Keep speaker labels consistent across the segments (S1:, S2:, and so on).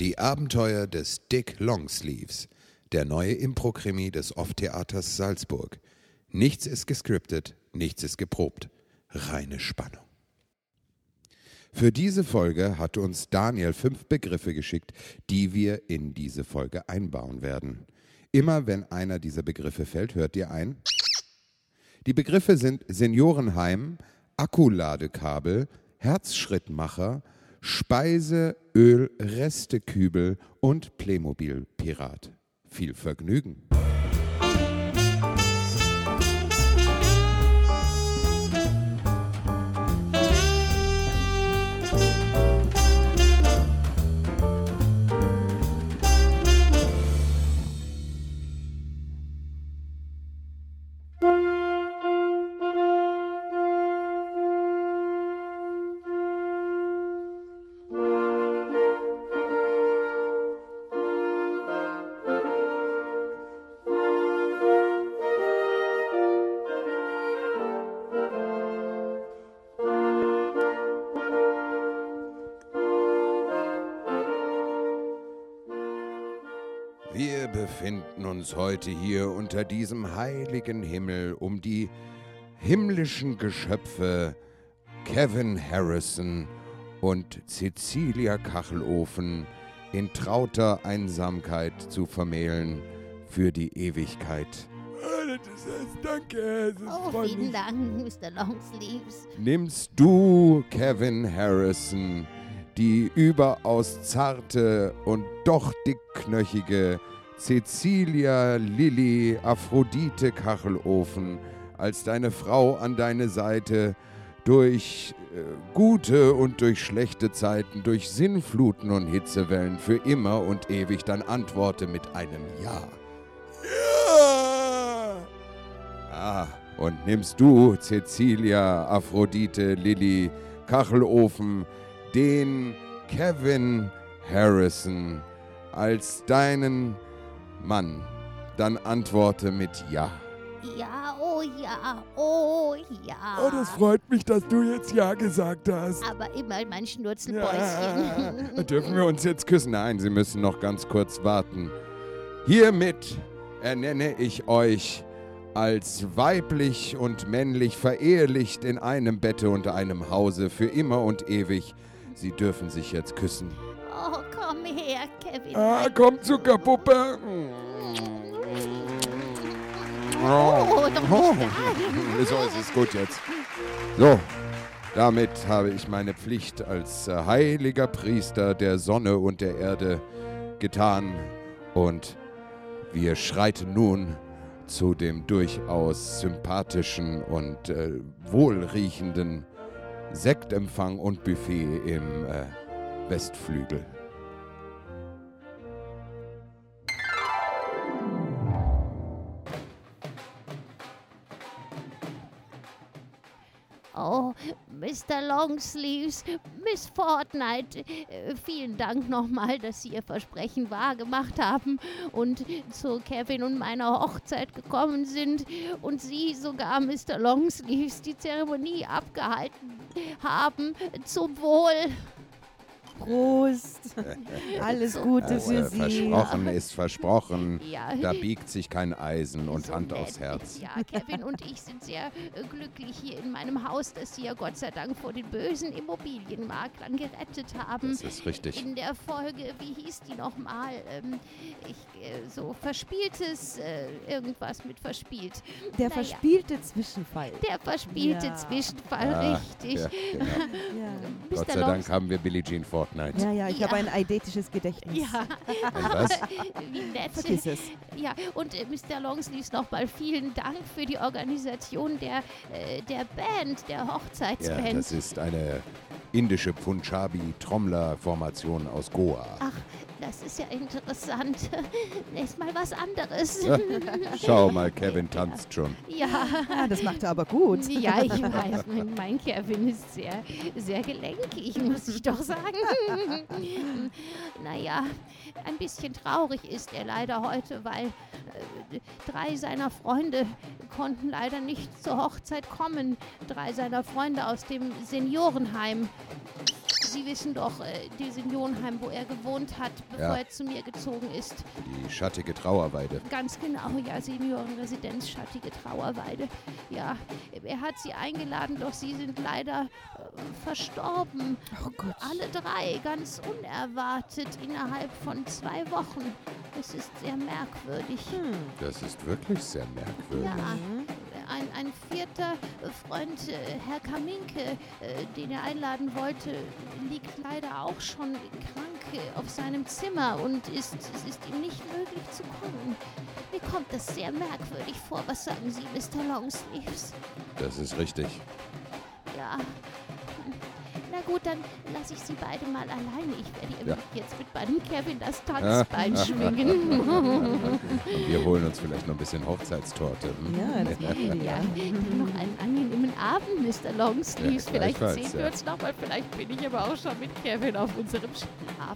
S1: Die Abenteuer des Dick Longsleeves, der neue Impro-Krimi des Off-Theaters Salzburg. Nichts ist gescriptet, nichts ist geprobt. Reine Spannung. Für diese Folge hat uns Daniel fünf Begriffe geschickt, die wir in diese Folge einbauen werden. Immer wenn einer dieser Begriffe fällt, hört ihr ein. Die Begriffe sind Seniorenheim, Akkuladekabel, Herzschrittmacher, Speise, Öl, Restekübel und Playmobil Pirat. Viel Vergnügen. Wir befinden uns heute hier unter diesem heiligen Himmel, um die himmlischen Geschöpfe Kevin Harrison und Cecilia Kachelofen in trauter Einsamkeit zu vermählen für die Ewigkeit. danke.
S2: Oh, vielen Dank, Mr. Longsleeves.
S1: Nimmst du, Kevin Harrison, die überaus zarte und doch dickknöchige Cecilia Lilly Aphrodite Kachelofen als deine Frau an deine Seite durch äh, gute und durch schlechte Zeiten, durch Sinnfluten und Hitzewellen für immer und ewig, dann antworte mit einem Ja. Ja! Ah, und nimmst du, Cecilia, Aphrodite, Lilly, Kachelofen, den Kevin Harrison als deinen Mann, dann antworte mit Ja.
S2: Ja, oh ja, oh ja.
S3: Oh, das freut mich, dass du jetzt Ja gesagt hast.
S2: Aber immer mein
S3: Ja.
S2: Schnurzelbäuschen.
S1: Dürfen wir uns jetzt küssen? Nein, Sie müssen noch ganz kurz warten. Hiermit ernenne ich euch als weiblich und männlich verehelicht in einem Bette unter einem Hause für immer und ewig. Sie dürfen sich jetzt küssen.
S2: Oh, komm her, Kevin.
S3: Ah, komm, Zuckerpuppe.
S2: Oh, doch
S1: Oh.
S2: nicht rein.
S1: So, es ist gut jetzt. So, damit habe ich meine Pflicht als äh, heiliger Priester der Sonne und der Erde getan. Und wir schreiten nun zu dem durchaus sympathischen und äh, wohlriechenden Sektempfang und Buffet im äh, Westflügel.
S2: Oh, Mr. Longsleeves, Miss Fortnite, äh, vielen Dank nochmal, dass Sie Ihr Versprechen wahrgemacht haben und zu Kevin und meiner Hochzeit gekommen sind und Sie sogar, Mr. Longsleeves, die Zeremonie abgehalten haben. Zum Wohl.
S4: Prost. Alles Gute
S1: Also,
S4: für Sie.
S1: versprochen ist versprochen.
S2: Ja.
S1: Da biegt sich kein Eisen und
S2: So
S1: Hand
S2: nett.
S1: aufs Herz.
S2: Ja, Kevin und ich sind sehr äh, glücklich hier in meinem Haus, dass Sie ja Gott sei Dank vor den bösen Immobilienmaklern gerettet haben.
S1: Das ist richtig.
S2: In der Folge, wie hieß die nochmal? Ähm, ich, äh, so verspieltes, äh, irgendwas mit verspielt.
S4: Der
S2: Naja,
S4: verspielte Zwischenfall.
S2: Der verspielte
S4: Ja.
S2: Zwischenfall,
S1: Ah,
S2: richtig.
S1: Ja, genau.
S4: Ja,
S2: Mr.
S1: Gott sei
S2: Longs-
S1: Dank haben wir Billie Jean Fortnite.
S4: ja, ja ich
S2: Ja.
S4: habe ein eidetisches Gedächtnis.
S2: Ja,
S1: Ein was?
S2: wie nett.
S4: Vergiss es.
S2: Ja, und äh, Mr. Longsleeves nochmal vielen Dank für die Organisation der, äh, der Band, der
S1: Ja,
S2: Hochzeitsband.
S1: das ist eine indische Punjabi-Trommler-Formation aus Goa.
S2: Ach, das ist ja interessant. Nächstes Mal was anderes.
S1: Ja. Schau mal, Kevin tanzt schon.
S2: ja.
S4: Ah, das macht er aber gut.
S2: Ja, ich weiß, mein, mein Kevin ist sehr, sehr gelenkig, muss ich doch sagen. naja, ein bisschen traurig ist er leider heute, weil äh, drei seiner Freunde konnten leider nicht zur Hochzeit kommen. Drei seiner Freunde aus dem Seniorenheim. Sie wissen doch, äh, diesen Jonheim, wo er gewohnt hat, bevor
S1: Ja.
S2: er zu mir gezogen ist.
S1: Die schattige Trauerweide.
S2: Ganz genau, ja, Seniorenresidenz, schattige Trauerweide. Ja, er hat sie eingeladen, doch sie sind leider äh, verstorben.
S4: Oh Gott.
S2: Alle drei, ganz unerwartet, innerhalb von zwei Wochen. Es ist sehr merkwürdig.
S4: Hm.
S1: Das ist wirklich sehr merkwürdig.
S2: Ja,
S4: Mhm.
S2: ein, ein vierter Freund, äh, Herr Kaminke, äh, den er einladen wollte, liegt leider auch schon krank äh, auf seinem Zimmer und ist, es ist ihm nicht möglich zu kommen. Mir kommt das sehr merkwürdig vor. Was sagen Sie, Mr. Longsleeves?
S1: Das ist richtig.
S2: Ja. Hm. Na gut, dann lasse ich Sie beide mal alleine. Ich werde
S1: Ja.
S2: jetzt mit meinem Kevin das Tanzbein schwingen.
S1: Und wir holen uns vielleicht noch ein bisschen Hochzeitstorte. Hm?
S4: Ja, das machen die
S2: Ja,
S4: ja.
S2: dann noch einen angenehmen Abend, Mr. Longsleeves.
S1: Ja,
S2: vielleicht
S1: gleichfalls,
S2: sehen
S1: ja.
S2: wir uns nochmal. Vielleicht bin ich aber auch schon mit Kevin auf unserem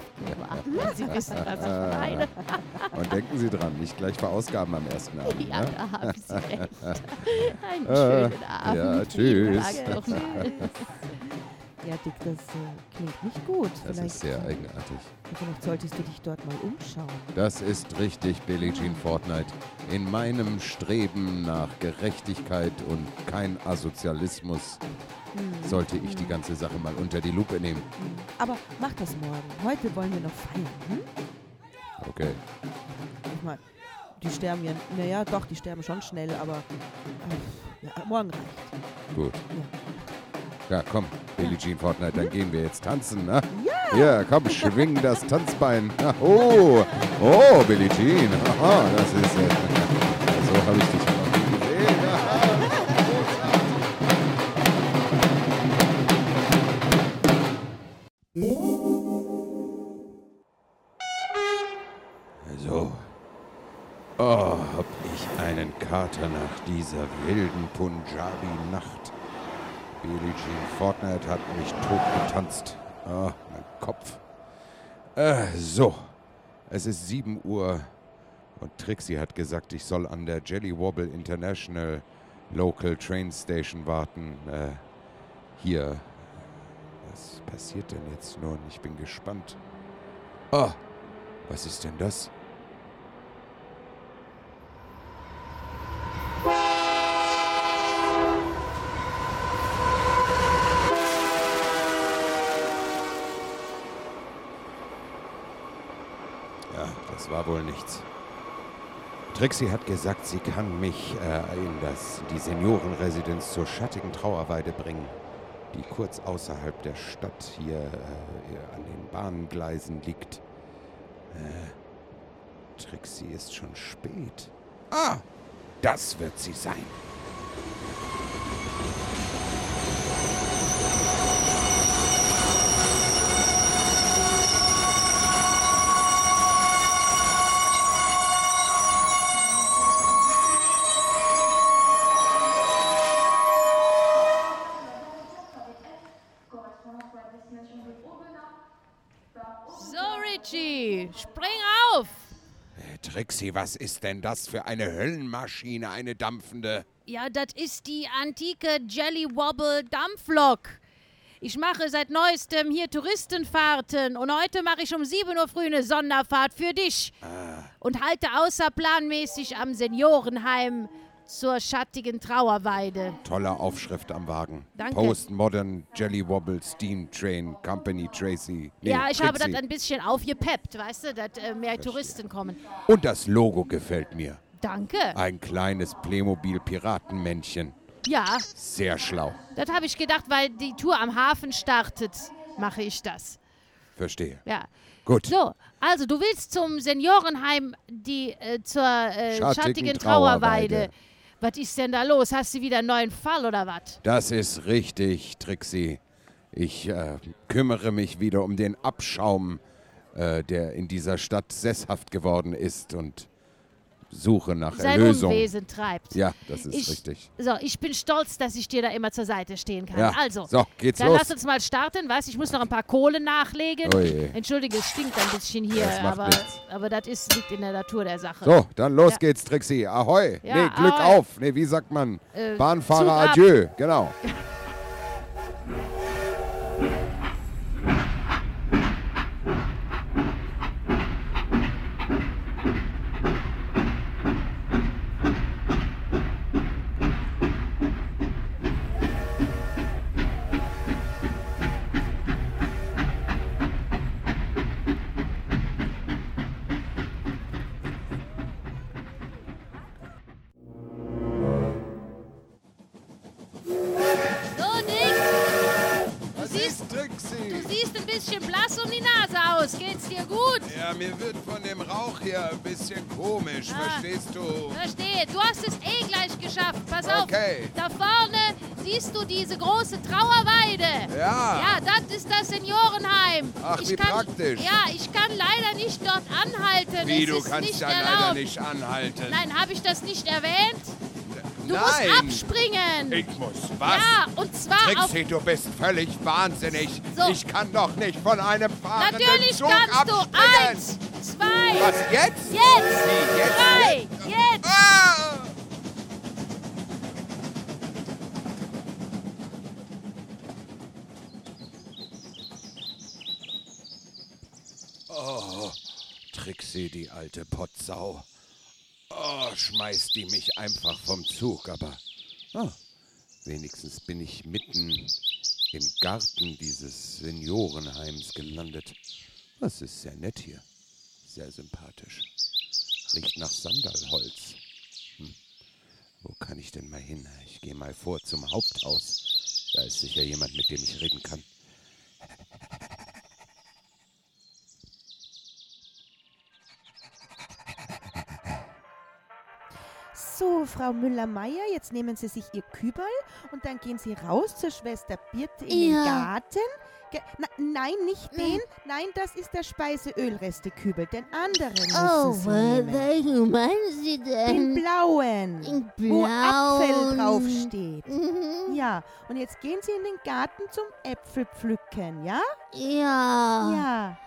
S2: Schlafgemach. Sie wissen, was ich meine.
S1: Ah. Und denken Sie dran, nicht gleich verausgaben am ersten Abend.
S2: Ja,
S1: Ne?
S2: da haben Sie recht. Einen
S1: Äh,
S2: schönen Abend.
S1: ja,
S2: Vielen
S1: tschüss.
S2: Dank nochmal.
S4: Ja, Dick, das äh, klingt nicht gut.
S1: Das
S4: vielleicht, äh,
S1: ist sehr eigenartig.
S4: vielleicht solltest du dich dort mal umschauen.
S1: Das ist richtig, Billie Jean Fortnite. In meinem Streben nach Gerechtigkeit und kein Asozialismus sollte ich die ganze Sache mal unter die Lupe nehmen.
S4: Aber mach das morgen. Heute wollen wir noch feiern. Hm?
S1: Okay.
S4: Ich meine, die sterben ja. Naja, doch, die sterben schon schnell, aber. äh, Ja, morgen reicht.
S1: Gut. Ja, komm, Billie Jean Fortnite, dann gehen wir jetzt tanzen, ne?
S4: Ja!
S1: Ja, komm, schwing das Tanzbein. Ah, Oh, oh, Billie Jean. Aha, das ist. Äh, so habe ich dich noch nie gesehen. Aha. So. Oh, hab ich einen Kater nach dieser wilden Punjabi-Nacht. Billie Jean Fortnite hat mich tot getanzt. Ah, mein Kopf. Äh, so. Es ist 7 Uhr und Trixie hat gesagt, ich soll an der Jelly Wobble International Local Train Station warten. Äh, hier. Was passiert denn jetzt nun? Ich bin gespannt. Ah, was ist denn das? Ja, das war wohl nichts. Trixie hat gesagt, sie kann mich äh, in das, die Seniorenresidenz zur schattigen Trauerweide bringen, die kurz außerhalb der Stadt hier, äh, hier an den Bahngleisen liegt. Äh, Trixie ist schon spät. Ah, das wird sie sein.
S5: So, Richie, spring auf!
S1: Äh, Trixie, was ist denn das für eine Höllenmaschine, eine dampfende?
S5: Ja, das ist die antike Jelly Wobble Dampflok. Ich mache seit neuestem hier Touristenfahrten und heute mache ich um 7 Uhr früh eine Sonderfahrt für dich und halte außerplanmäßig am Seniorenheim zur schattigen Trauerweide.
S1: Tolle Aufschrift am Wagen.
S5: Danke.
S1: Postmodern Jelly Wobble Steam Train Company Tracy. Nee,
S5: ja, ich habe das
S1: Trixie.
S5: ein bisschen aufgepeppt, weißt du, dass äh, mehr Touristen kommen.
S1: Und das Logo gefällt mir.
S5: Danke.
S1: Ein kleines Playmobil-Piratenmännchen.
S5: Ja,
S1: Sehr schlau.
S5: das habe ich gedacht, weil die Tour am Hafen startet, mache ich das.
S1: Verstehe.
S5: Ja.
S1: Gut.
S5: So, also du willst zum Seniorenheim, die äh, zur äh,
S1: Schattigen
S5: schattigen,
S1: Trauerweide.
S5: Trauerweide. Was ist denn da los? Hast du wieder einen neuen Fall oder was?
S1: Das ist richtig, Trixie. Ich äh, kümmere mich wieder um den Abschaum, äh, der in dieser Stadt sesshaft geworden ist und suche nach
S5: Sein
S1: Erlösung.
S5: Unwesen treibt.
S1: Ja, das ist
S5: ich,
S1: richtig.
S5: So, ich bin stolz, dass ich dir da immer zur Seite stehen kann.
S1: Ja,
S5: Also,
S1: so, geht's
S5: dann
S1: los.
S5: lass uns mal starten, was? Ich muss noch ein paar Kohlen nachlegen.
S1: Oh je.
S5: Entschuldige, es stinkt ein bisschen hier,
S1: Das macht
S5: aber,
S1: nichts.
S5: aber das ist, liegt in der Natur der Sache.
S1: So, dann los
S5: Ja.
S1: geht's, Trixie. Ahoi.
S5: Ja,
S1: nee, Glück
S5: ahoi.
S1: auf. Nee, wie sagt man? Genau.
S5: Äh, Zug
S1: Bahnfahrer
S5: ab.
S1: Adieu. Genau.
S5: Du siehst ein bisschen blass um die Nase aus. Geht's dir gut?
S1: Ja, mir wird von dem Rauch hier ein bisschen komisch,
S5: Ah.
S1: verstehst du?
S5: Verstehe. Du hast es eh gleich geschafft. Pass auf.
S1: Okay.
S5: Da vorne siehst du diese große Trauerweide.
S1: Ja.
S5: Ja, das ist das Seniorenheim.
S1: Ach, wie praktisch.
S5: Ja, ich kann leider nicht dort anhalten.
S1: Wie,
S5: es
S1: du
S5: ist
S1: kannst
S5: nicht
S1: da
S5: erlaubt.
S1: leider nicht anhalten.
S5: Nein, habe ich das nicht erwähnt? Du musst
S1: Nein.
S5: abspringen.
S1: Ich muss was?
S5: Ja, und zwar auf...
S1: Trixie, du bist völlig wahnsinnig.
S5: So.
S1: Ich kann doch nicht von einem fahrenden
S5: Natürlich
S1: Zug
S5: kannst
S1: abspringen.
S5: du. Eins, zwei,
S1: Was jetzt?
S5: jetzt,
S1: Wie, jetzt?
S5: drei, jetzt.
S1: Ah! Oh, Trixie, die alte Potsau. Oh, schmeißt die mich einfach vom Zug, aber ah, wenigstens bin ich mitten im Garten dieses Seniorenheims gelandet. Das ist sehr nett hier. Sehr sympathisch. Riecht nach Sandalholz. Hm. Wo kann ich denn mal hin? Ich gehe mal vor zum Haupthaus. Da ist sicher jemand, mit dem ich reden kann.
S4: So, Frau Müller-Meyer, jetzt nehmen Sie sich Ihr Kübel und dann gehen Sie raus zur Schwester Birte in
S2: Ja. Hm.
S4: den Garten. Ge na, nein, nicht den. Nein, das ist der Speiseölrestekübel. Den anderen
S2: Oh,
S4: müssen Sie nehmen.
S2: welchen meinen Sie denn?
S4: Den blauen,
S2: Den
S4: wo Apfel
S2: blauen.
S4: draufsteht.
S2: Mhm.
S4: Ja, und jetzt gehen Sie in den Garten zum Äpfelpflücken, ja?
S2: Ja.
S4: Ja.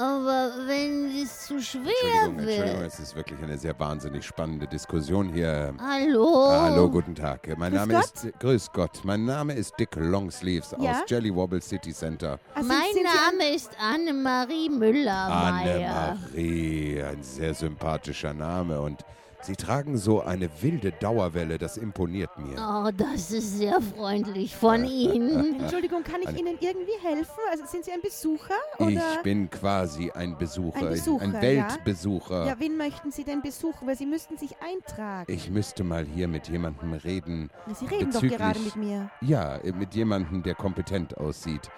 S2: Aber wenn es zu schwer
S1: Entschuldigung, Entschuldigung,
S2: wird.
S1: es ist wirklich eine sehr wahnsinnig spannende Diskussion hier. Ah,
S2: Hallo.
S1: Hallo, guten Tag. Mein
S4: Oh. Grüß
S1: Name ist
S4: Gott.
S1: Grüß Gott. Mein Name ist Dick Longsleeves
S4: Ja?
S1: aus Jelly Wobble City Center.
S4: Ah, sind-
S2: mein
S4: sind Sie an-
S2: Name ist Annemarie
S4: Oh,
S2: Müller-Meyer.
S1: Annemarie, ein sehr sympathischer Name und Sie tragen so eine wilde Dauerwelle, das imponiert mir.
S2: Oh, das ist sehr freundlich von Ihnen.
S4: Entschuldigung, kann ich
S1: Anne-
S4: Ihnen irgendwie helfen? Also sind Sie ein Besucher? Oder?
S1: Ich bin quasi ein Besucher,
S4: Ein Besucher,
S1: ein
S4: ja.
S1: Weltbesucher.
S4: Ja, wen möchten Sie denn besuchen? Weil Sie müssten sich eintragen.
S1: Ich müsste mal hier mit jemandem reden.
S4: Sie reden doch
S1: bezüglich-
S4: gerade mit mir.
S1: Ja, äh, mit jemandem, der kompetent aussieht.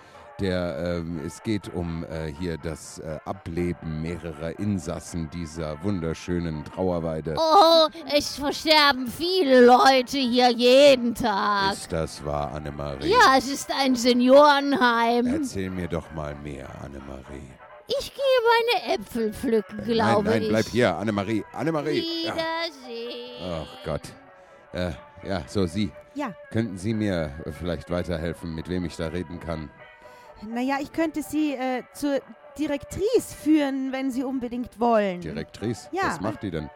S1: Der, ähm, es geht um äh, hier das äh, Ableben mehrerer Insassen dieser wunderschönen Trauerweide.
S2: Oh, es versterben viele Leute hier jeden Tag.
S1: Ist das wahr, Annemarie?
S2: Ja, ähm. es ist ein Seniorenheim.
S1: Erzähl mir doch mal mehr, Annemarie.
S2: Ich gehe meine Äpfel pflücken,
S1: nein,
S2: glaube
S1: nein,
S2: ich.
S1: bleib hier, Annemarie. Annemarie. Ja.
S2: Wiedersehen.
S1: Ach Gott. Äh, ja, so Sie.
S4: Ja,
S1: Könnten Sie mir äh, vielleicht weiterhelfen, mit wem ich da reden kann?
S4: naja, ich könnte Sie äh, zur Direktrice führen, wenn Sie unbedingt wollen.
S1: Direktrice?
S4: Mhm. Ja.
S1: Was macht die denn?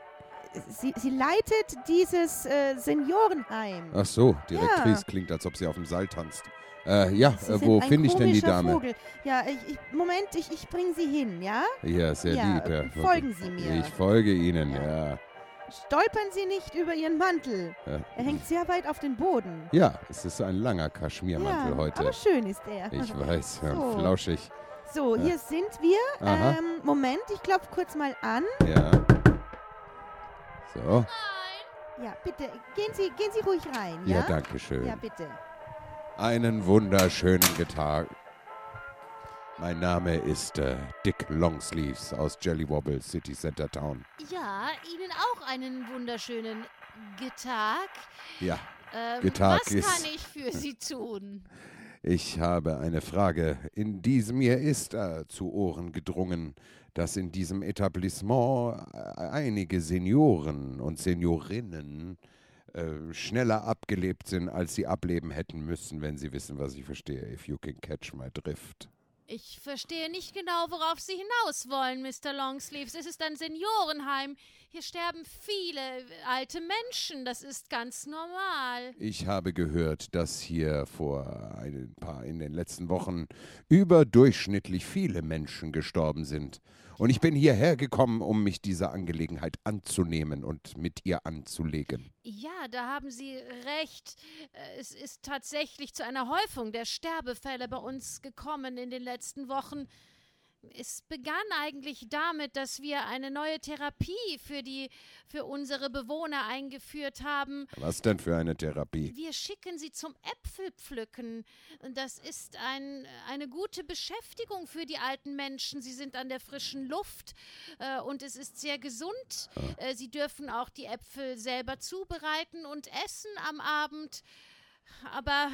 S4: Sie, sie leitet dieses äh, Seniorenheim.
S1: Ach so, Direktrice
S4: Ja.
S1: klingt, als ob sie auf dem Seil tanzt. Äh, ja,
S4: Sie
S1: äh,
S4: sind
S1: wo
S4: ein
S1: finde ich denn die
S4: komischer
S1: Dame?
S4: Vogel. Ja, ich, ich, Moment, ich, ich bringe Sie hin, ja?
S1: Ja, sehr
S4: Ja,
S1: lieb.
S4: äh,
S1: Ja.
S4: folgen Sie mir.
S1: Ich folge Ihnen, ja.
S4: Stolpern Sie nicht über Ihren Mantel.
S1: Ja,
S4: Er hängt sehr weit auf den Boden.
S1: Äh, ja es ist ein langer Kaschmirmantel
S4: ja,
S1: heute.
S4: aber schön ist er.
S1: Ich weiß, ja,
S4: So.
S1: flauschig.
S4: So, hier sind wir.
S1: Aha.
S4: Ähm, Moment, ich klopfe kurz mal an.
S1: Ja. So,
S4: Ja, bitte, gehen Sie, gehen Sie ruhig rein,
S1: ja,
S4: ja?
S1: danke schön.
S4: Ja, bitte.
S1: Einen wunderschönen Getag. Mein Name ist äh, Dick Longsleeves aus Jellywobble City Center Town.
S5: Ja, Ihnen auch einen wunderschönen Getag.
S1: Ja,
S5: Ähm,
S1: Getag
S5: was
S1: ist-
S5: kann ich für Sie tun?
S1: ich habe eine Frage. In diesem mir ist äh, zu Ohren gedrungen, dass in diesem Etablissement äh, einige Senioren und Seniorinnen äh, schneller abgelebt sind, als sie ableben hätten müssen, wenn sie wissen, was ich verstehe. If you can catch my drift.
S5: Ich verstehe nicht genau, worauf Sie hinaus wollen, Mr. Longsleeves. Es ist ein Seniorenheim. Hier sterben viele alte Menschen. Das ist ganz normal.
S1: Ich habe gehört, dass hier vor ein paar in den letzten Wochen überdurchschnittlich viele Menschen gestorben sind. Und ich bin hierher gekommen, um mich dieser Angelegenheit anzunehmen und mit ihr anzulegen.
S5: Ja, da haben Sie recht. Äh, Es ist tatsächlich zu einer Häufung der Sterbefälle bei uns gekommen in den letzten Wochen.
S2: Es begann eigentlich damit, dass wir eine neue Therapie für die für unsere Bewohner eingeführt haben.
S1: Was denn für eine Therapie?
S2: Wir schicken sie zum Äpfelpflücken. Und Das ist ein, eine gute Beschäftigung für die alten Menschen. Sie sind an der frischen Luft äh, und es ist sehr gesund. Äh, sie dürfen auch die Äpfel selber zubereiten und essen am Abend. Aber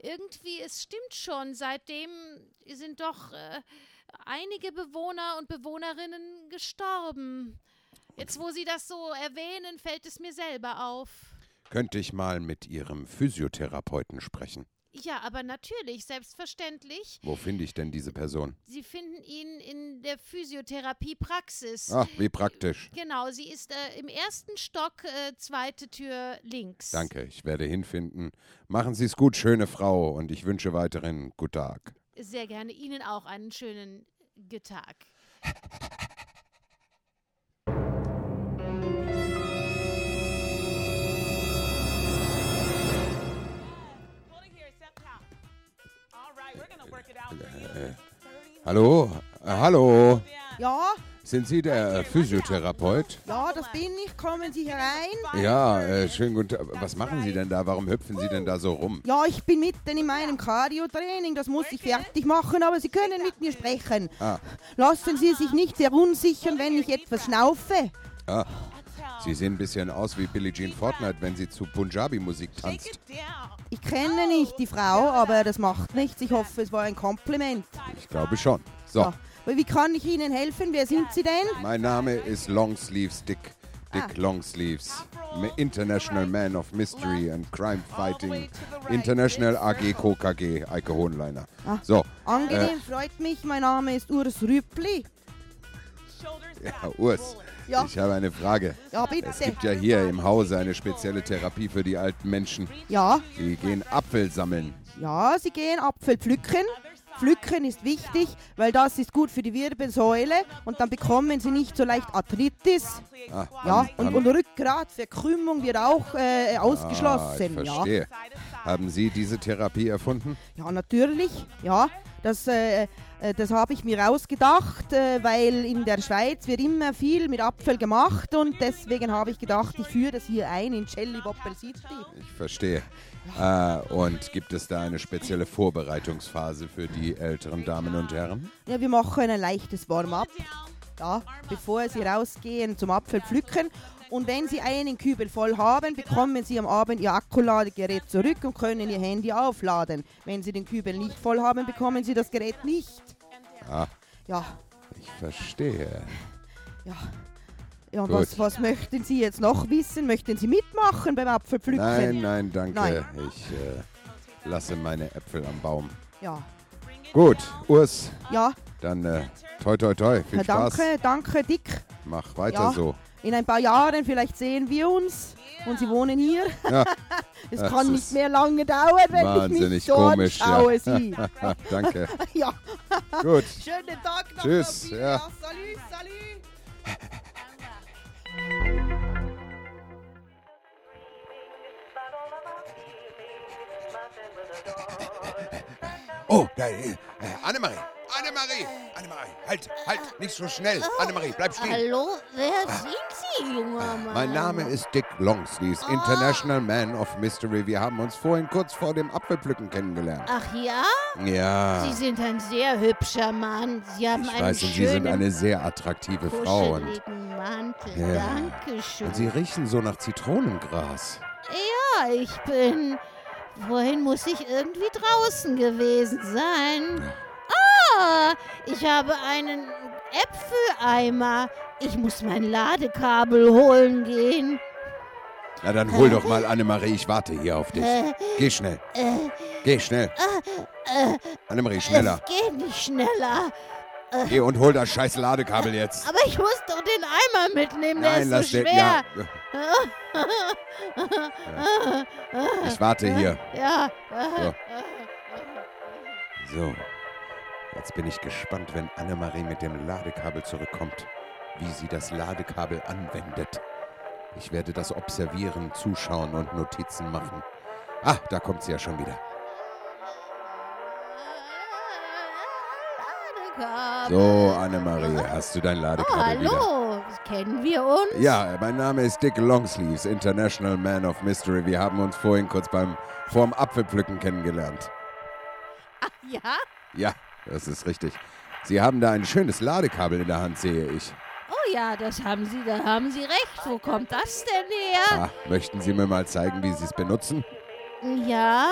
S2: irgendwie, es stimmt schon, seitdem sind doch äh, einige Bewohner und Bewohnerinnen gestorben. Jetzt, wo Sie das so erwähnen, fällt es mir selber auf.
S1: Könnte ich mal mit Ihrem Physiotherapeuten sprechen?
S2: Ja, aber natürlich, selbstverständlich.
S1: Wo finde ich denn diese Person?
S2: Sie finden ihn in der Physiotherapiepraxis.
S1: Ach, Ah, wie praktisch.
S2: Genau, sie ist äh, im ersten Stock, äh, zweite Tür links.
S1: Danke, ich werde hinfinden. Machen Sie es gut, schöne Frau, und ich wünsche weiterhin guten Tag.
S2: Sehr gerne. Ihnen auch einen schönen Getag.
S6: Hold it here, it's up top. All right, we're gonna work it out for you.
S1: Hallo? Äh, hallo?
S4: Ja,
S1: Sind Sie der äh, Physiotherapeut?
S4: ja, das bin ich. Kommen Sie herein.
S1: Ja, äh, schönen guten Tag. Was machen Sie denn da? Warum hüpfen Sie denn da so rum?
S4: Ja, ich bin mitten in meinem Cardiotraining. Das muss ich fertig machen, aber Sie können mit mir sprechen.
S1: Ah.
S4: Lassen Sie sich nicht verunsichern, wenn ich etwas schnaufe.
S1: Sie sehen ein bisschen aus wie Billie Jean Fortnite, wenn sie zu Punjabi-Musik
S6: Take
S1: tanzt.
S6: it down.
S4: Ich kenne nicht die Frau, aber das macht nichts. Ich hoffe, es war ein Kompliment.
S1: Ich glaube schon. So,
S4: Ja. Aber Wie kann ich Ihnen helfen? Wer sind Sie denn?
S1: mein Name ist Longsleeves Dick. Dick Longsleeves, M- International Man of Mystery and Crime Fighting, International AG KKG, Eike Hohenleiner. So,
S4: Angenehm,
S1: Äh.
S4: freut mich. Mein Name ist Urs Rüppli.
S6: Shoulders back.
S1: ja, Urs,
S4: Ja.
S1: ich habe eine Frage.
S4: Ja,
S1: Es
S4: bitte.
S1: gibt ja hier im Hause eine spezielle Therapie für die alten Menschen.
S4: Ja,
S1: Die gehen Apfel sammeln.
S4: ja, Sie gehen Apfel pflücken. Pflücken ist wichtig, weil das ist gut für die Wirbelsäule und dann bekommen Sie nicht so leicht Arthritis.
S6: Plie-
S1: Ah,
S4: Ja,
S1: haben-
S4: und,
S1: haben-
S4: und Rückgratverkrümmung wird auch äh,
S1: ah, ich
S4: ausgeschlossen. ja.
S1: verstehe.
S6: Side to side.
S1: Haben Sie diese Therapie erfunden?
S4: ja, natürlich. Ja, das, äh, äh, das habe ich mir ausgedacht, äh, weil in der Schweiz wird immer viel mit Apfel gemacht und deswegen habe ich gedacht, ich führe das hier ein in Jelly Wappel City.
S1: Ich verstehe. Äh, und gibt es da eine spezielle Vorbereitungsphase für die älteren Damen und Herren?
S4: Ja, wir machen ein leichtes Warm-up, ja, bevor Sie rausgehen zum Apfel pflücken. Und wenn Sie einen Kübel voll haben, bekommen Sie am Abend Ihr Akkuladegerät zurück und können Ihr Handy aufladen. Wenn Sie den Kübel nicht voll haben, bekommen Sie das Gerät nicht.
S1: Ah,
S4: Ja,
S1: ich verstehe.
S4: ja. Ja,
S1: Gut.
S4: was, was möchten Sie jetzt noch wissen? Möchten Sie mitmachen beim Apfelpflücken?
S1: Nein, nein, danke.
S4: Nein.
S1: Ich äh, lasse meine Äpfel am Baum.
S4: Ja,
S1: Gut, Urs,
S4: ja,
S1: dann äh, toi toi toi. Viel
S4: Herr
S1: Spaß.
S4: danke, danke, Dick.
S1: Mach weiter
S4: Ja.
S1: so.
S4: In ein paar Jahren vielleicht sehen wir uns und Sie wohnen hier.
S1: Ja.
S4: Es
S1: Das
S4: kann
S1: ist
S4: nicht mehr lange dauern, wenn ich
S1: wahnsinnig
S4: mich so
S1: komisch, ja.
S4: anschaue. Sie.
S1: Ah, danke.
S4: ja.
S1: Gut.
S4: Schönen Tag noch.
S1: Tschüss,
S4: Sabine.
S1: ja.
S4: Salut, salut.
S1: Oh, da, äh, äh, Annemarie, Annemarie, Annemarie, halt, halt, nicht so schnell. Annemarie, bleib stehen.
S7: Oh, Hallo, wer sind Sie, junger Mann?
S1: Ah, Mein Name ist Dick
S7: Oh.
S1: Longsleeves, International Man of Mystery. Wir haben uns vorhin kurz vor dem Apfelpflücken kennengelernt.
S7: Ach ja? Oh, Sie
S1: Ja,
S7: sind ein sehr hübscher Mann. Sie haben
S1: Ah. ich
S7: einen
S1: weiß, und Sie
S7: schönen,
S1: sind eine sehr attraktive Frau. Und,
S7: kuscheligen Mantel.
S1: Ja.
S7: Dankeschön.
S1: und Sie riechen so nach Zitronengras.
S7: ja, Ah, ich bin... Vorhin muss ich irgendwie draußen gewesen sein. Ah, ich habe einen Äpfeleimer. Ich muss mein Ladekabel holen gehen.
S1: Na dann hol doch mal Annemarie, ich warte hier auf dich.
S7: Äh,
S1: Geh schnell, geh schnell.
S7: Ah, äh,
S1: Annemarie, schneller.
S7: Es geht nicht schneller.
S1: Geh und hol das scheiß Ladekabel jetzt.
S7: Aber ich muss doch den Eimer mitnehmen, der
S1: Nein,
S7: ist
S1: lass
S7: so
S1: den.
S7: schwer.
S1: Ja. Ich warte hier.
S7: Ja,
S1: So. so. Jetzt bin ich gespannt, wenn Annemarie mit dem Ladekabel zurückkommt, wie sie das Ladekabel anwendet. Ich werde das observieren, zuschauen und Notizen machen. Ah, da kommt sie ja schon wieder.
S7: Ladekabel.
S2: Angaben.
S1: So, Annemarie, hast du dein
S2: Ah. oh,
S1: Ladekabel wieder?
S2: hallo. Kennen wir uns?
S1: Ja, mein Name ist Dick Longsleeves, International Man of Mystery. Wir haben uns vorhin kurz beim vorm Apfelpflücken kennengelernt.
S2: Ja?
S1: Ja, das ist richtig. Sie haben da ein schönes Ladekabel in der Hand, sehe ich.
S2: Oh ja, das haben Sie, da haben Sie recht. Wo kommt das denn her?
S1: Ah, möchten Sie mir mal zeigen, wie Sie es benutzen?
S2: Ja,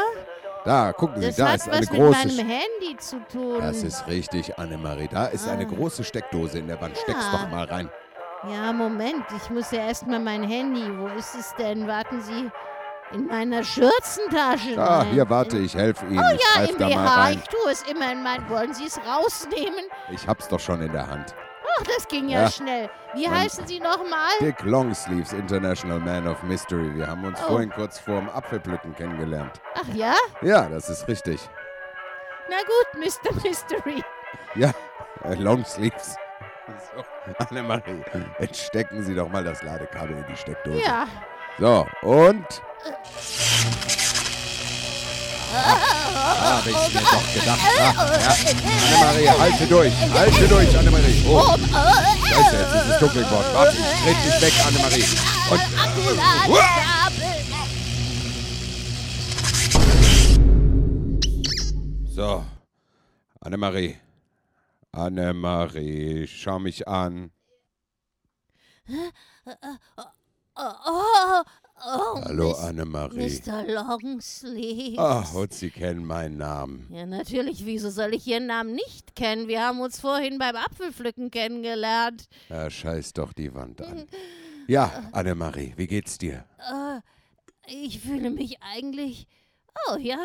S1: Da, gucken Sie,
S2: das
S1: da
S2: hat
S1: Also ist eine
S2: was mit
S1: große.
S2: meinem
S1: Sch-
S2: Handy zu tun.
S1: Das ist richtig, Annemarie. Da ist eine große Steckdose in der Wand. Steck's
S2: Ah. Ja.
S1: doch mal rein.
S2: Ja, Moment, ich muss ja erstmal mein Handy. Wo ist es denn? Warten Sie. In meiner Schürzentasche.
S1: Da,
S2: Nein,
S1: Ah, hier, warte, ich helfe Ihnen. ich
S2: in- Oh Ja,
S1: greif
S2: im
S1: da mal
S2: BH.
S1: rein.
S2: Ich tue es immer in mein. Wollen Sie es rausnehmen?
S1: Ich hab's doch schon in der Hand.
S2: Ach, das ging ja,
S1: Ja.
S2: schnell. Wie
S1: Mann.
S2: heißen Sie nochmal?
S1: Dick Longsleeves, International Man of Mystery. Wir haben uns
S2: Oh.
S1: vorhin kurz vorm Apfelpflücken kennengelernt.
S2: Ach ja?
S1: Ja, das ist richtig.
S2: Na gut, Mr. Mystery.
S1: Ja, äh, Longsleeves. So, Annemarie, jetzt stecken Sie doch mal das Ladekabel in die Steckdose.
S2: Ja.
S1: So, und? Habe ich mir doch gedacht. Ah, ja. Annemarie, halte durch. Halte durch, Annemarie. Oh, scheiße, jetzt ist es dunkel geworden. Warte, ich dreh dich weg, Annemarie. Und, So, Annemarie. Annemarie, schau mich an.
S2: Oh, oh,
S1: Hallo, Ah.
S2: Mis-
S1: Annemarie.
S2: Mr. Longsleeves.
S1: Ach, und Sie kennen meinen Namen.
S2: Ja, natürlich. Wieso soll ich Ihren Namen nicht kennen? Wir haben uns vorhin beim Apfelpflücken kennengelernt.
S1: Ja, scheiß doch die Wand an. Ja, Annemarie, wie geht's dir?
S2: Ich fühle mich eigentlich. Oh ja,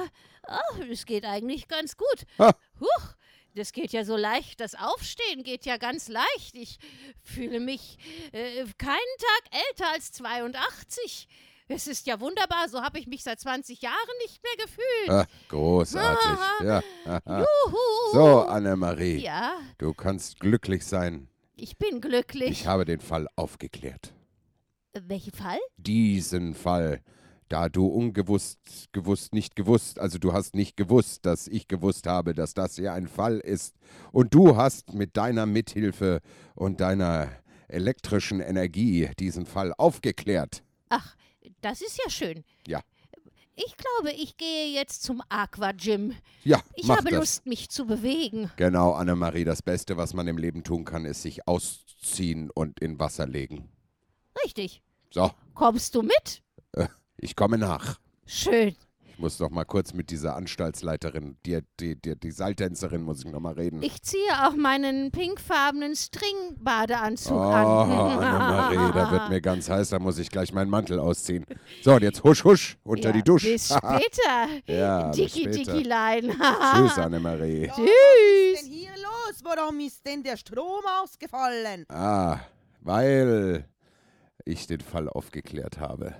S2: oh, es geht eigentlich ganz gut.
S1: Ha.
S2: Huch, das geht ja so leicht. Das Aufstehen geht ja ganz leicht. Ich fühle mich äh, keinen Tag älter als 82. Es ist ja wunderbar, so habe ich mich seit 20 Jahren nicht mehr gefühlt.
S1: Ah, großartig. Ja. haha.
S2: Juhu!
S1: So, Annemarie,
S2: Ja,
S1: du kannst glücklich sein.
S2: ich bin glücklich.
S1: Ich habe den Fall aufgeklärt.
S2: Äh, Welchen Fall?
S1: Diesen Fall. Da du ungewusst, gewusst, nicht gewusst, also du hast nicht gewusst, dass ich gewusst habe, dass das hier ein Fall ist. Und du hast mit deiner Mithilfe und deiner elektrischen Energie diesen Fall aufgeklärt.
S2: Ach, das ist ja schön.
S1: Ja.
S2: Ich glaube, ich gehe jetzt zum Aqua-Gym.
S1: Ja,
S2: Ich
S1: mach
S2: habe
S1: das.
S2: Lust, mich zu bewegen.
S1: Genau, Annemarie, das Beste, was man im Leben tun kann, ist sich ausziehen und in Wasser legen.
S2: Richtig.
S1: So,
S2: Kommst du mit?
S1: ich komme nach.
S2: Schön.
S1: Ich muss noch mal kurz mit dieser Anstaltsleiterin, die, die, die, die Seiltänzerin, muss ich noch mal reden.
S2: Ich ziehe auch meinen pinkfarbenen String-Badeanzug
S1: oh,
S2: an.
S1: Annemarie, da wird mir ganz heiß, da muss ich gleich meinen Mantel ausziehen. So, und jetzt husch, husch, unter
S2: ja,
S1: die Dusche.
S2: Bis später.
S1: Ja, bis
S2: Dicky,
S1: später.
S2: Dicky Line.
S1: Tschüss, Annemarie.
S4: Ja, Was ist denn hier los? Warum ist denn der Strom ausgefallen?
S1: Ah, weil ich den Fall aufgeklärt habe.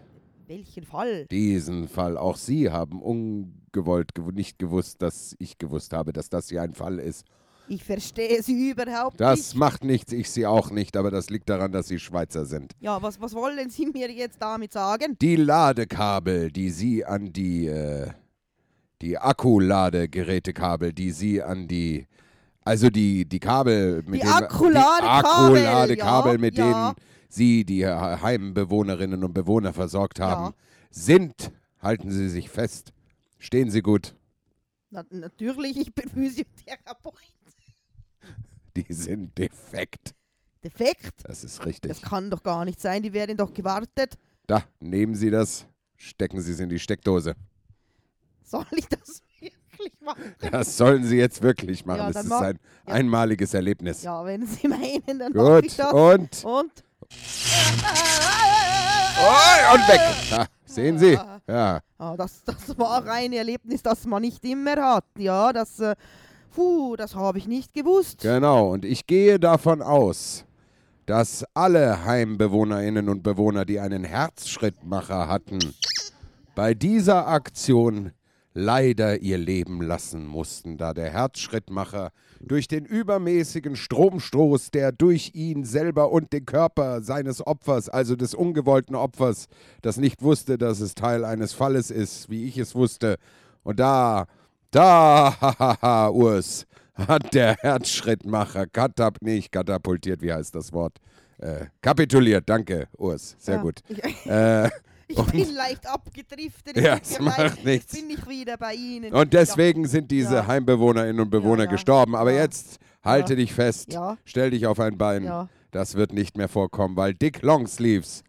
S4: Welchen Fall?
S1: diesen Fall. Auch Sie haben ungewollt gew nicht gewusst, dass ich gewusst habe, dass das hier ein Fall ist.
S4: Ich verstehe Sie überhaupt
S1: Das
S4: nicht.
S1: macht nichts, ich Sie auch nicht, aber das liegt daran, dass Sie Schweizer sind.
S4: Ja, was, was wollen Sie mir jetzt damit sagen?
S1: Die Ladekabel, die Sie an die, äh, die Akkuladegerätekabel, die Sie an die, also die, die Kabel mit
S4: Die
S1: denen,
S4: Akkuladekabel,
S1: die Akkuladekabel,
S4: ja,
S1: mit
S4: ja.
S1: denen Sie die Ha- Heimbewohnerinnen und Bewohner versorgt haben,
S4: Ja.
S1: sind, halten Sie sich fest, stehen Sie gut.
S4: Na, natürlich, ich bin Physiotherapeut.
S1: Die sind defekt.
S4: Defekt?
S1: Das ist richtig.
S4: Das kann doch gar nicht sein, die werden doch gewartet.
S1: Da, nehmen Sie das, stecken Sie es in die Steckdose.
S4: Soll ich das wirklich machen?
S1: Das sollen Sie jetzt wirklich machen.
S4: Ja,
S1: das
S4: dann
S1: ist
S4: mach-
S1: ein
S4: ja.
S1: einmaliges Erlebnis.
S4: Ja, wenn Sie meinen, dann mache ich
S1: Gut,
S4: das.
S1: und,
S4: Und?
S1: oh, und weg. Da, sehen Sie? Ja,
S4: Ah, das, das war ein Erlebnis, das man nicht immer hat. Ja, das, äh, puh, das habe ich nicht gewusst.
S1: genau. Und ich gehe davon aus, dass alle Heimbewohnerinnen und Bewohner, die einen Herzschrittmacher hatten, bei dieser Aktion leider ihr Leben lassen mussten, da der Herzschrittmacher durch den übermäßigen Stromstoß, der durch ihn selber und den Körper seines Opfers, also des ungewollten Opfers, das nicht wusste, dass es Teil eines Falles ist, wie ich es wusste, und da, da, hahaha, Urs, hat der Herzschrittmacher Katap nicht katapultiert, wie heißt das Wort? Äh, kapituliert, danke, Urs. Sehr
S4: Ja.
S1: gut.
S4: Ich,
S1: Äh,
S4: ich bin leicht abgedriftet.
S1: Ja,
S4: Ich
S1: es
S4: bin
S1: macht
S4: gleich-
S1: nichts.
S4: Bin ich wieder bei Ihnen.
S1: und deswegen sind diese
S4: Ja.
S1: Heimbewohnerinnen und Bewohner
S4: ja.
S1: gestorben. Aber
S4: Ja.
S1: jetzt halte dich fest,
S4: Ja.
S1: stell dich auf ein Bein.
S4: Ja.
S1: Das wird nicht mehr vorkommen, weil Dick Longsleeves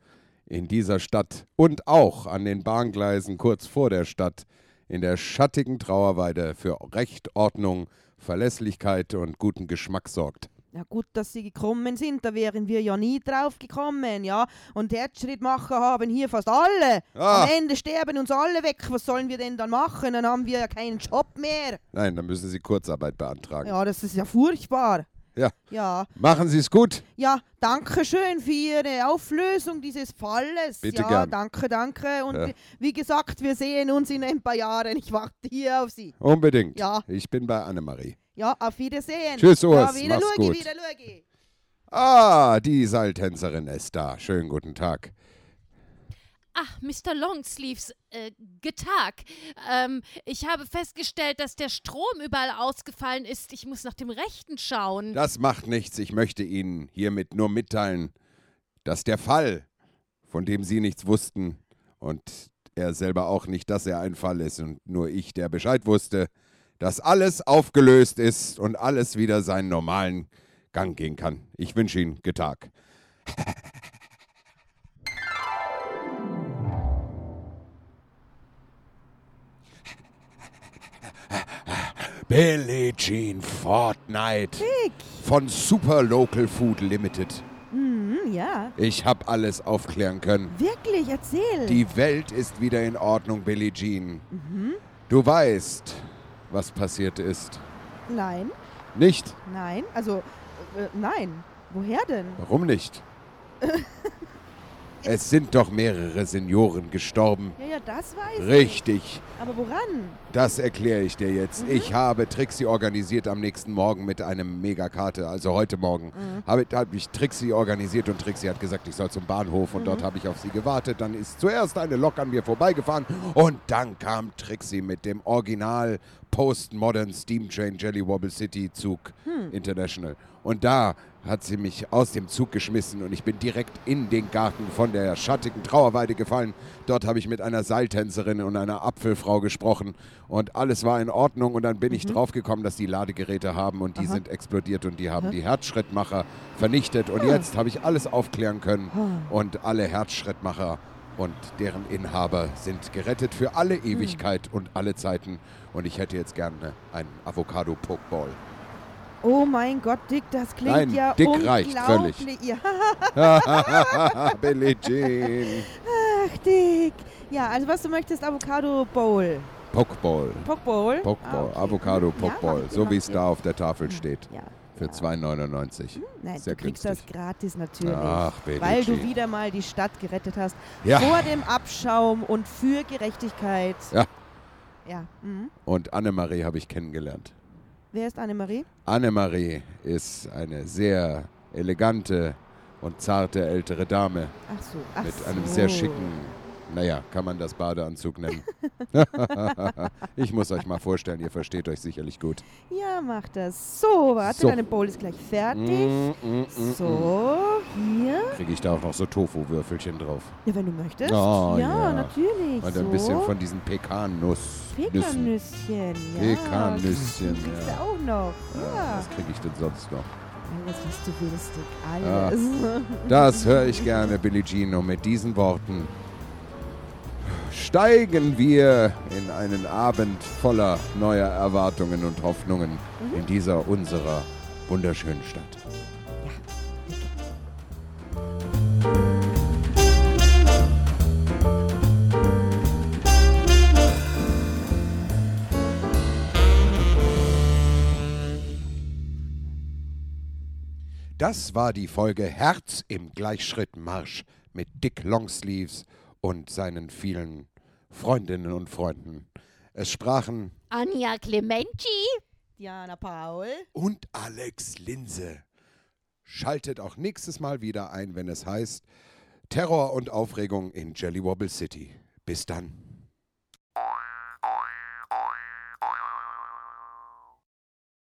S1: in dieser Stadt und auch an den Bahngleisen kurz vor der Stadt in der schattigen Trauerweide für Recht, Ordnung, Verlässlichkeit und guten Geschmack sorgt.
S4: Ja gut, dass sie gekommen sind, da wären wir ja nie drauf gekommen, ja. Und Herzschrittmacher haben hier fast alle.
S1: Ah.
S4: Am Ende sterben uns alle weg. Was sollen wir denn dann machen? Dann haben wir ja keinen Job mehr.
S1: Nein, dann müssen Sie Kurzarbeit beantragen.
S4: Ja, das ist ja furchtbar.
S1: Ja.
S4: Ja,
S1: Machen Sie es gut.
S4: ja, danke schön für Ihre Auflösung dieses Falles.
S1: Bitte
S4: ja,
S1: gern.
S4: danke, danke. Und
S1: Ja.
S4: wie gesagt, wir sehen uns in ein paar Jahren. Ich warte hier auf Sie.
S1: Unbedingt.
S4: Ja.
S1: Ich bin bei Annemarie.
S4: Ja, auf Wiedersehen.
S1: Tschüss, Urs.
S4: Ja, wieder
S1: Mach's
S4: schaue,
S1: gut.
S4: wieder schaue.
S1: Ah, die Seiltänzerin ist da. Schönen guten Tag.
S5: Ach, Mr. Longsleeves, äh, getag. Ähm, ich habe festgestellt, dass der Strom überall ausgefallen ist. Ich muss nach dem Rechten schauen.
S1: Das macht nichts. Ich möchte Ihnen hiermit nur mitteilen, dass der Fall, von dem Sie nichts wussten und er selber auch nicht, dass er ein Fall ist und nur ich, der Bescheid wusste, dass alles aufgelöst ist und alles wieder seinen normalen Gang gehen kann. Ich wünsche Ihnen Getag. Billie Jean Fortnite von Super Local Food Limited.
S4: Hm, ja,
S1: Ich habe alles aufklären können.
S4: wirklich, erzähl.
S1: Die Welt ist wieder in Ordnung, Billie Jean. Du weißt, was passiert ist.
S4: Nein.
S1: Nicht?
S4: Nein, also äh, nein. Woher denn?
S1: Warum nicht? es sind doch mehrere Senioren gestorben.
S4: Ja, ja, das weiß
S1: Richtig,
S4: ich. Aber woran?
S1: das erkläre ich dir jetzt. Ich habe Trixie organisiert am nächsten Morgen mit einem Megakarte, also heute Morgen. Habe hab ich Trixie organisiert und Trixie hat gesagt, ich soll zum Bahnhof und dort habe ich auf sie gewartet. Dann ist zuerst eine Lok an mir vorbeigefahren und dann kam Trixie mit dem Original Postmodern Steam Train Jelly Wobble City Zug International. Und da hat sie mich aus dem Zug geschmissen und ich bin direkt in den Garten von der schattigen Trauerweide gefallen. Dort habe ich mit einer Seiltänzerin und einer Apfelfrau gesprochen und alles war in Ordnung und dann bin ich draufgekommen, dass die Ladegeräte haben und die sind explodiert und die haben die Herzschrittmacher vernichtet und jetzt habe ich alles aufklären können und alle Herzschrittmacher und deren Inhaber sind gerettet für alle Ewigkeit und alle Zeiten und ich hätte jetzt gerne einen Avocado Pokeball.
S4: Oh mein Gott, Dick, das klingt
S1: Nein,
S4: ja
S1: Dick reicht
S4: unglaublich.
S1: völlig.
S4: Ja,
S1: Billie Jean.
S4: ach, Dick. Ja, also was du möchtest, Avocado Bowl.
S1: Pokeball.
S4: Poke Bowl.
S1: Pokeball,
S4: Ah, okay.
S1: Avocado
S4: Mhm. Ja,
S1: Pokeball,
S4: mach ich,
S1: so
S4: mach
S1: wie
S4: ich.
S1: es da auf der Tafel steht.
S4: Ja.
S1: Für 2,99.
S4: Nein,
S1: Sehr
S4: du kriegst
S1: günstig.
S4: das gratis natürlich.
S1: Ach, Billie
S4: weil du
S1: Jean.
S4: wieder mal die Stadt gerettet hast.
S1: Ja.
S4: Vor dem Abschaum und für Gerechtigkeit.
S1: Ja.
S4: Ja. Mhm.
S1: Und Annemarie habe ich kennengelernt.
S4: Wer ist Annemarie?
S1: Annemarie ist eine sehr elegante und zarte ältere Dame
S4: Ach so. Ach
S1: mit
S4: so.
S1: einem sehr schicken, naja, kann man das Badeanzug nennen. ich muss euch mal vorstellen, ihr versteht euch sicherlich gut.
S4: Ja, mach das. So, warte,
S1: So.
S4: deine Bowl ist gleich fertig.
S1: Mm, mm, mm, mm.
S4: So, hier.
S1: Kriege ich da auch noch so Tofu-Würfelchen drauf.
S4: Ja, wenn du möchtest.
S1: Oh,
S4: ja,
S1: ja.
S4: natürlich.
S1: Und
S4: so.
S1: ein bisschen von diesen Pekannuss. Nüssen.
S4: Pekannüsschen. Ja.
S1: Pekannüsschen,
S4: Das kriegst
S1: ja.
S4: du auch noch.
S1: Ja,
S4: Ja.
S1: Was kriege ich denn sonst noch?
S4: Alles, was du willst, Dick.
S1: Ja.
S4: Alles.
S1: Das höre ich gerne, Billie Jean. Und mit diesen Worten steigen wir in einen Abend voller neuer Erwartungen und Hoffnungen
S4: Mhm.
S1: in dieser unserer wunderschönen Stadt. Das war die Folge Herz im Gleichschrittmarsch mit Dick Longsleeves und seinen vielen Freundinnen und Freunden. Es sprachen
S2: Anja Clementi?
S4: Diana Paul.
S1: und Alex Linse. Schaltet auch nächstes Mal wieder ein, wenn es heißt Terror und Aufregung in Jellywobble City. Bis dann.